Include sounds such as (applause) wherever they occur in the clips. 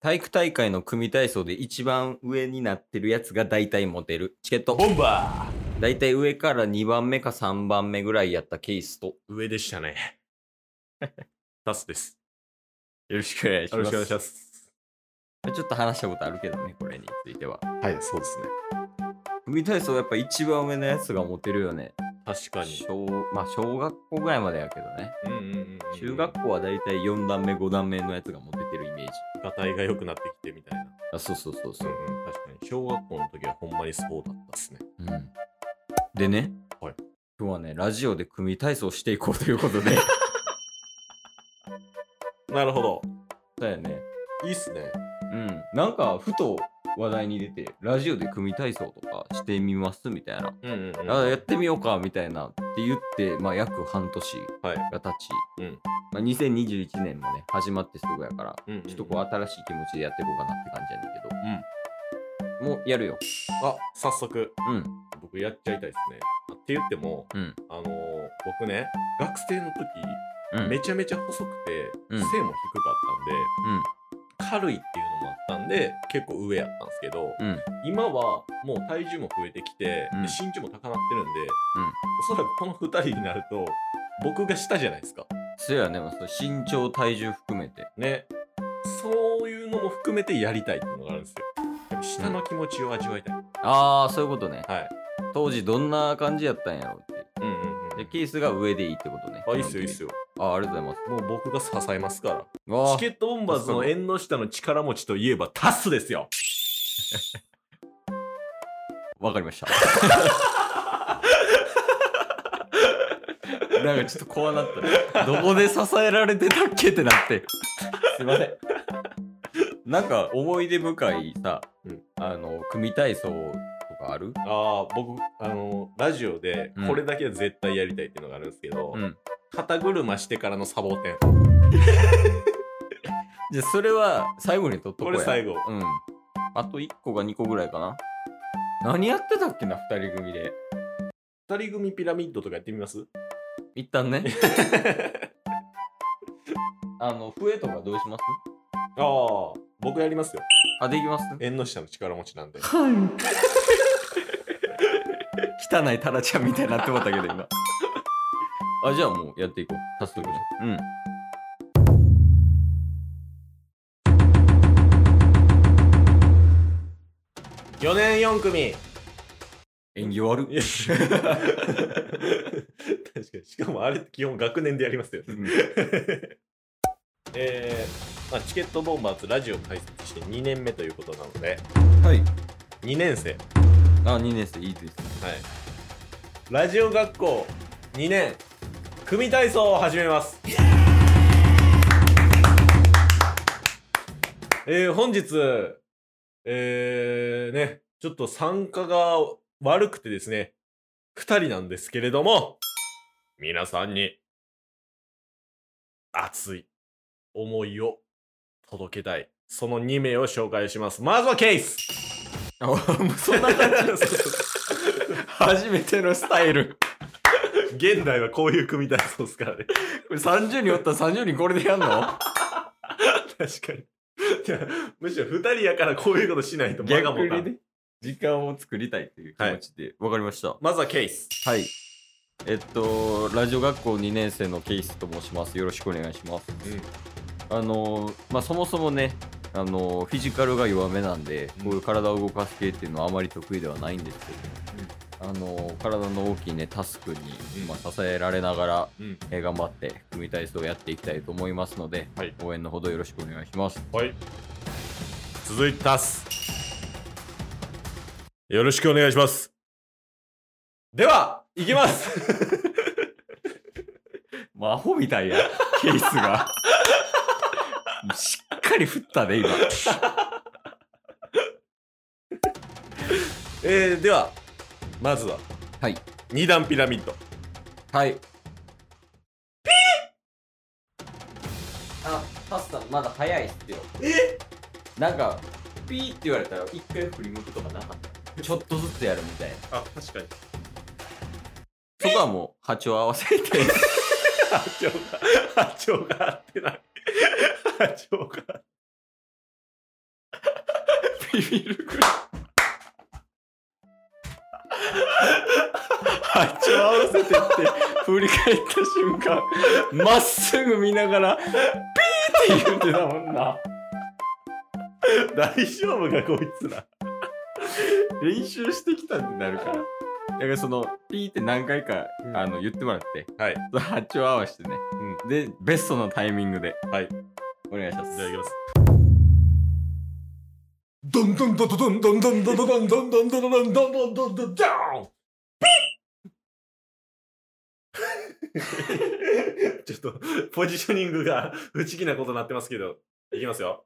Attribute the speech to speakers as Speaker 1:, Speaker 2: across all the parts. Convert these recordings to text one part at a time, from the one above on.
Speaker 1: 体育大会の組体操で一番上になってるやつが大体モテる。チケット。
Speaker 2: ボンバ
Speaker 1: 大体上から2番目か3番目ぐらいやったケースと。よ
Speaker 2: ー上でした (laughs) ね。タスです。
Speaker 1: ろしくお願いし
Speaker 2: よろ
Speaker 1: ます。
Speaker 2: しくお願いします。
Speaker 1: ちょっと話したことあるけどね、これについては。
Speaker 2: はい、そうですね。
Speaker 1: 組体操やっぱ一番上のやつがモテるよね。
Speaker 2: 確かに。
Speaker 1: 小、まあ小学校ぐらいまでやけどね。
Speaker 2: うんうんうんうん
Speaker 1: 中学校はだいたい4段目、5段目のやつがモテてるイメージ。
Speaker 2: が体が良くなってきてみたいな。
Speaker 1: あ、そうそうそうそう。
Speaker 2: んうん、確かに。小学校の時はほんまにそうだったっすね。
Speaker 1: うん、でね、
Speaker 2: はい
Speaker 1: 今日はね、ラジオで組体操していこうということ
Speaker 2: (laughs)
Speaker 1: で。
Speaker 2: なるほど。
Speaker 1: だよね。
Speaker 2: いいっすね。
Speaker 1: うん。なんか、ふと話題に出て、ラジオで組体操とかしてみますみたいな。
Speaker 2: うんうん、うん
Speaker 1: あやってみようかみたいなって言って、まあ、約半年
Speaker 2: はい
Speaker 1: が経ち、
Speaker 2: うん
Speaker 1: まあ、2021年もね始まってすぐやから
Speaker 2: うんうんうん
Speaker 1: ちょっとこう新しい気持ちでやっていこうかなって感じやねんけど、もうやるよ
Speaker 2: あ、早速、
Speaker 1: うん
Speaker 2: 僕やっちゃいたいですね。って言っても、
Speaker 1: うん
Speaker 2: あのー僕ね、学生の時、
Speaker 1: うん
Speaker 2: めちゃめちゃ細くて、
Speaker 1: うん
Speaker 2: 背も低かったんで、軽いっていうのもあったんで、結構上やったんですけど、
Speaker 1: うん
Speaker 2: 今はもう体重も増えてきて、
Speaker 1: うん
Speaker 2: で身長も高なってるんで、おそらくこの2人になると、僕が下じゃないですか。
Speaker 1: そうやねまあそれ身長体重含めて
Speaker 2: ね。そういうのも含めてやりたいっていうのがあるんですよ。やっぱ下の気持ちを味わいたい。
Speaker 1: ああそういうことね
Speaker 2: はい。
Speaker 1: 当時どんな感じやったんやろうって
Speaker 2: うんうんうん。
Speaker 1: でケースが上でいいってことね
Speaker 2: あ、いいっすよ、いいっすよ。
Speaker 1: あーありがとうござい
Speaker 2: もう僕が支えますから。
Speaker 1: ますわ
Speaker 2: チケットボンバーズの縁の下の力持ちといえばタスですよ。
Speaker 1: あわかりま
Speaker 2: (laughs)
Speaker 1: したなんかちょっと怖なったねどこで支えられてたっけってなってすいませんなんか思い出深いさ、
Speaker 2: うん
Speaker 1: あの組体操とかある
Speaker 2: ああ、僕、あの、ラジオで
Speaker 1: うん
Speaker 2: これだけは絶対やりたいっていうのがあるんですけど、
Speaker 1: うん
Speaker 2: 肩車してからのサボテン。
Speaker 1: じゃあそれは最後にとっとこ
Speaker 2: こ
Speaker 1: うや
Speaker 2: れ最後。
Speaker 1: うんあと1個か2個ぐらいかな何やってたっけな2人組で
Speaker 2: 二人組ピラミッドとかやってみます
Speaker 1: 一旦
Speaker 2: (laughs)
Speaker 1: ねあの笛とかどうします
Speaker 2: ああ、僕やりますよ。
Speaker 1: あできます
Speaker 2: 縁の下の力持ちなんで。
Speaker 1: (laughs) 汚いタラちゃんみたいになってもったけど今あじゃあもうやっていこう早速ねうん
Speaker 2: 4年4組。
Speaker 1: (laughs) 演技悪
Speaker 2: いや確かに。しかもあれって基本学年でやりますよね。えーまあ、チケットボンバーズラジオ開設して2年目ということなので、
Speaker 1: はい
Speaker 2: 2年生。
Speaker 1: あ2年生いいですね
Speaker 2: はい。ラジオ学校2年、組体操を始めます。えー、本日、えー、ね、ちょっと参加が悪くてですね、2人なんですけれども、皆さんに、熱い思いを届けたい。その2名を紹介します。まずはケース
Speaker 1: あもうそんな感
Speaker 2: そうそうそう
Speaker 1: じ初めてのスタイル
Speaker 2: 現代はこういう組体操ですからね。
Speaker 1: (laughs) これ30人おったら30人これでやんの
Speaker 2: 確かに。いやむしろ2人やからこういうことしないと間が
Speaker 1: 逆
Speaker 2: 持た
Speaker 1: に
Speaker 2: ん
Speaker 1: ね時間を作りたいという気持ちでわ、かりました
Speaker 2: まずはケース。
Speaker 1: はい。えっと、ラジオ学校2年生のケイスと申します。よろしくお願いします。あの、まあ、そもそもね、あの、フィジカルが弱めなんで、
Speaker 2: うん
Speaker 1: こういう体を動かす系っていうのはあまり得意ではないんですけど、あの、体の大きいね、タスクに、
Speaker 2: うん
Speaker 1: まあ、支えられながら、
Speaker 2: うん。うん。
Speaker 1: えー頑張って、組体操をやっていきたいと思いますので、
Speaker 2: はい
Speaker 1: 応援のほどよろしくお願いします。
Speaker 2: はい。続いてタス。よろしくお願いします。では、いきます
Speaker 1: (laughs) まあ、アホみたいや、ケイス (laughs) が。しっかり振ったね、今。
Speaker 2: えー、では、まずは、
Speaker 1: はい。
Speaker 2: 2段ピラミッド。
Speaker 1: はい。ピーあ、パスタまだ早いっすよ。
Speaker 2: え
Speaker 1: なんか、ピーって言われたら一回振り向くとかなかった。ちょっとずつやるみたいな。
Speaker 2: あ、確かに。
Speaker 1: そこはもう波長合わせ (laughs) て。
Speaker 2: 波長が、波長が合ってない。波長が。
Speaker 1: ビビるぐらい。八丁合わせてって振り返った瞬間まっすぐ見ながらピーって言ってたもんな
Speaker 2: 大丈夫か、こいつら。
Speaker 1: 練習してきたってなるからだからそのピーって何回か、
Speaker 2: うん
Speaker 1: あの言ってもらって
Speaker 2: はい。
Speaker 1: その八丁合わせてね、でベストのタイミングで
Speaker 2: はい。
Speaker 1: お願いしま
Speaker 2: い
Speaker 1: す
Speaker 2: ただきます。どんどんどどんどんどんどんどんどんどんどんどんどんどんどんどんどんちょっとポジショニングが不思議なことになってますけど、いきますよ。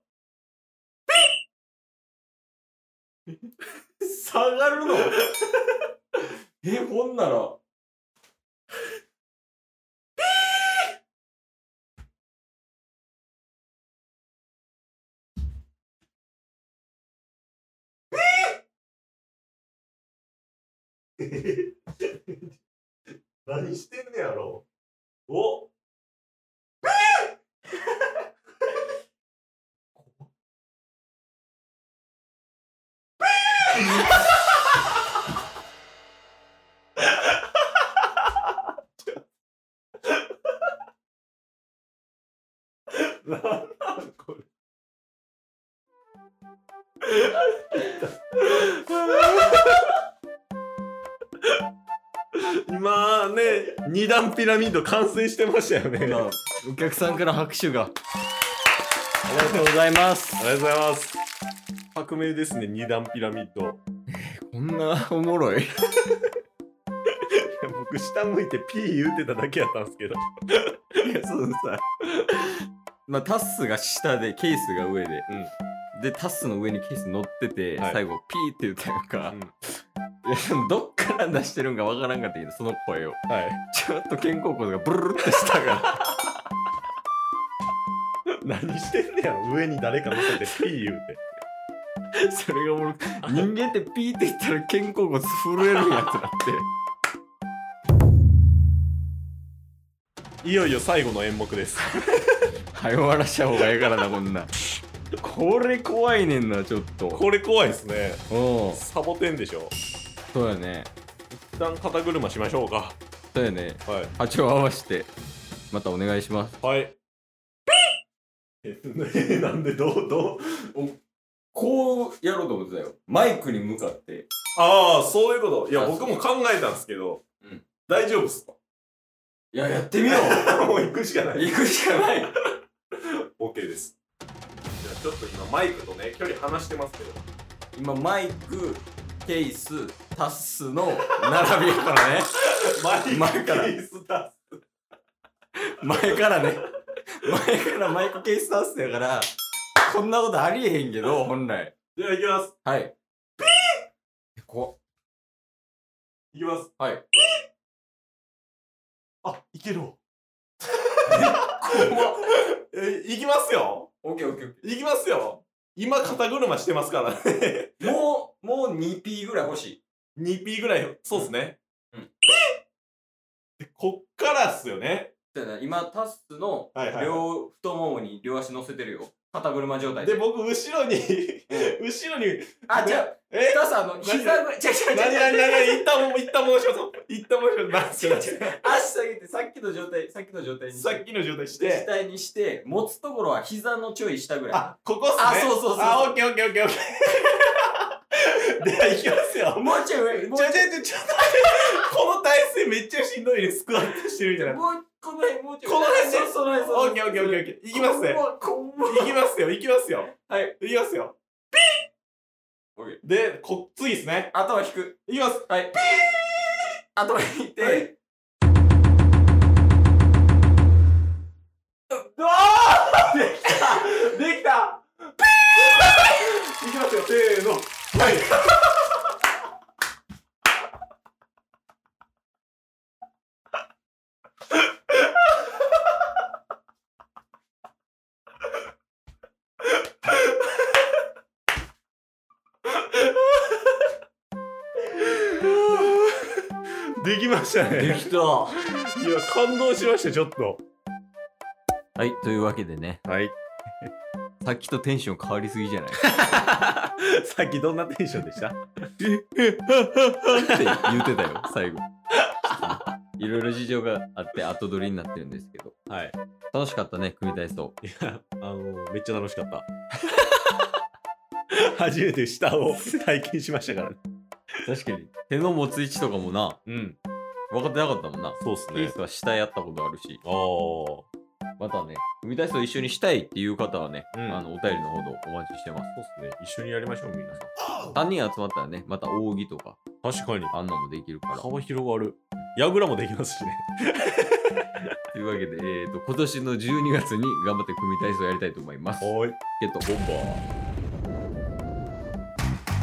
Speaker 1: 下がるのえほんなら
Speaker 2: 何してんねやろおなんなんこれ今ね二段ピラミッド完成してましたよね
Speaker 1: 今お客さんから拍手がありがとうございます
Speaker 2: ありがとうございます革命ですね二段ピラミッドいや
Speaker 1: こんなおもろい
Speaker 2: 僕下向いてピー言うてただけやったんですけど
Speaker 1: い (laughs) や、そのさ、まあ、タッスが下で、ケースが上で、で、タッスの上にケース乗ってて、
Speaker 2: はい
Speaker 1: 最後、ピーって言ったやんか、
Speaker 2: うん
Speaker 1: いやでも (laughs) どっから出してるんかわからんかったけど、その声を。
Speaker 2: はい
Speaker 1: ちょっと肩甲骨がブルルってした
Speaker 2: (laughs)
Speaker 1: から、
Speaker 2: 何してんねやろ上に誰か乗せてピー言うて
Speaker 1: それがもう、人間ってピーって言ったら肩甲骨震えるんやってなって。
Speaker 2: いよいよ最後の演目です。
Speaker 1: はい、終わらした方がええからな、こんなん。これ怖いねんな、ちょっと。
Speaker 2: これ怖いですね。
Speaker 1: うん、
Speaker 2: サボテンでしょ。
Speaker 1: そうやね。
Speaker 2: 一旦肩車しましょうか。
Speaker 1: そうやね。
Speaker 2: はい。
Speaker 1: 波長合わせて、またお願いします。
Speaker 2: はい。ピッえ、 (laughs) なんでどう、どう
Speaker 1: こうやろうと思ってたよ。マイクに向かって。
Speaker 2: ああ、そういうこと。いや、
Speaker 1: あ
Speaker 2: 僕も考えたんですけど、
Speaker 1: うん
Speaker 2: 大丈夫っすか
Speaker 1: いや、やってみよ
Speaker 2: (laughs) もう行くしかな
Speaker 1: う
Speaker 2: い。
Speaker 1: 行くしかない。
Speaker 2: OK です。じゃあちょっと今マイクとね、距離離してますけど。
Speaker 1: 今、マイク、ケース、タスの並びやからね。
Speaker 2: マイク
Speaker 1: 前から
Speaker 2: ケースだ。
Speaker 1: 前からね。前からマイク、ケース、タスやから、こんなことありえへんけど、本来。
Speaker 2: じゃあ行きます。
Speaker 1: はい。ピーこ
Speaker 2: 行きます。
Speaker 1: はい。
Speaker 2: あ、いけるわ。え、行きますよ。
Speaker 1: オッケーオッケーオッ
Speaker 2: いきますよ今肩車してますから (laughs) ね
Speaker 1: ケー。もう、もう 2P ぐらい欲しい。
Speaker 2: 2P ぐらいそうっすね
Speaker 1: うんうん
Speaker 2: でこっからっすよね
Speaker 1: そうやな今、タスの
Speaker 2: はい
Speaker 1: 両太ももに両足乗せてるよ。肩車状態
Speaker 2: で僕後ろに
Speaker 1: う
Speaker 2: 後ろに
Speaker 1: あ、じゃあ、
Speaker 2: え
Speaker 1: タスあの、膝ぐらい。違う違う違う違
Speaker 2: 何
Speaker 1: う
Speaker 2: 何何何一旦も一旦戻します一旦戻します
Speaker 1: 違う違う
Speaker 2: 何すいま
Speaker 1: 足下げてさっきの状態さっきの状態に
Speaker 2: せ
Speaker 1: し
Speaker 2: ん
Speaker 1: て
Speaker 2: さっきの状態し
Speaker 1: 下
Speaker 2: て
Speaker 1: 体にして持つところは膝のちょい下ぐらい
Speaker 2: あここっすね
Speaker 1: あそうそうそうそう
Speaker 2: あオッケーオッケーオッケーオッケー (laughs) では行きますよ
Speaker 1: もうちょい上もう
Speaker 2: ちょちょちょちょっと待ってこの体勢めっちゃしんどいねスクワットしてるみたいな
Speaker 1: もうこの辺もうちょい
Speaker 2: この辺ね
Speaker 1: そうその辺その
Speaker 2: オッ
Speaker 1: 辺
Speaker 2: ケーオッケーオッケーオッケーいきますね
Speaker 1: こんも
Speaker 2: いきますよ、いきますよ。
Speaker 1: はい。
Speaker 2: いきますよ。
Speaker 1: オッケー
Speaker 2: で、こ、次ですね。
Speaker 1: 頭引く
Speaker 2: いきます。
Speaker 1: はい頭引いて、
Speaker 2: は
Speaker 1: うわ
Speaker 2: できたピーいきますよ、せーの。はい。できました
Speaker 1: ー
Speaker 2: ね。
Speaker 1: きたは
Speaker 2: 今感動しました、ちょっと。
Speaker 1: いというわけでね
Speaker 2: はい。
Speaker 1: さっきとテンション変わりすぎじゃない
Speaker 2: さっきどんなテンションでした
Speaker 1: って言ってたよ、最後。いろいろ事情があって後取りになってるんですけど。
Speaker 2: はい。
Speaker 1: 楽しかったね、組体操。
Speaker 2: いや、あの、めっちゃ楽しかった。初めて下を体験しましたからね。
Speaker 1: 確かに。手の持つ位置とかもな、
Speaker 2: うん。
Speaker 1: 分かってなかったもんな。
Speaker 2: そうっす
Speaker 1: ケー
Speaker 2: ね
Speaker 1: ス。は下やったことあるし、
Speaker 2: ああ。
Speaker 1: またね、組体操一緒にしたいっていう方はね、
Speaker 2: うん
Speaker 1: あのお便りのほどお待ちしてます。
Speaker 2: そうっすね。一緒にやりましょう、みんなさん。
Speaker 1: 3人集まったらね、また扇とか、
Speaker 2: 確かに。
Speaker 1: あんなもできるから。
Speaker 2: 幅広がる。矢倉もできますしね。
Speaker 1: というわけで、えー、と今年の12月に頑張って組体操やりたいと思います。
Speaker 2: はい。
Speaker 1: ゲット
Speaker 2: ボンバー。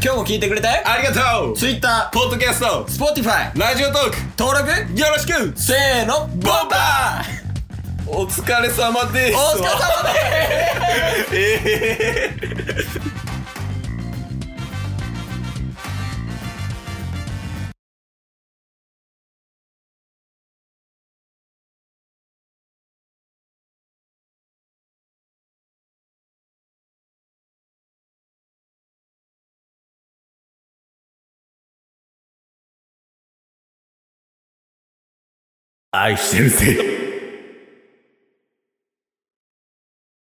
Speaker 3: 今日も聞いてくれてありがとう Twitter、ポッドキャスト、Spotify、ラジオトーク、登録よろしくせーの、ボンバー
Speaker 2: お疲れ様です
Speaker 3: お疲れ様です
Speaker 2: 愛してるぜ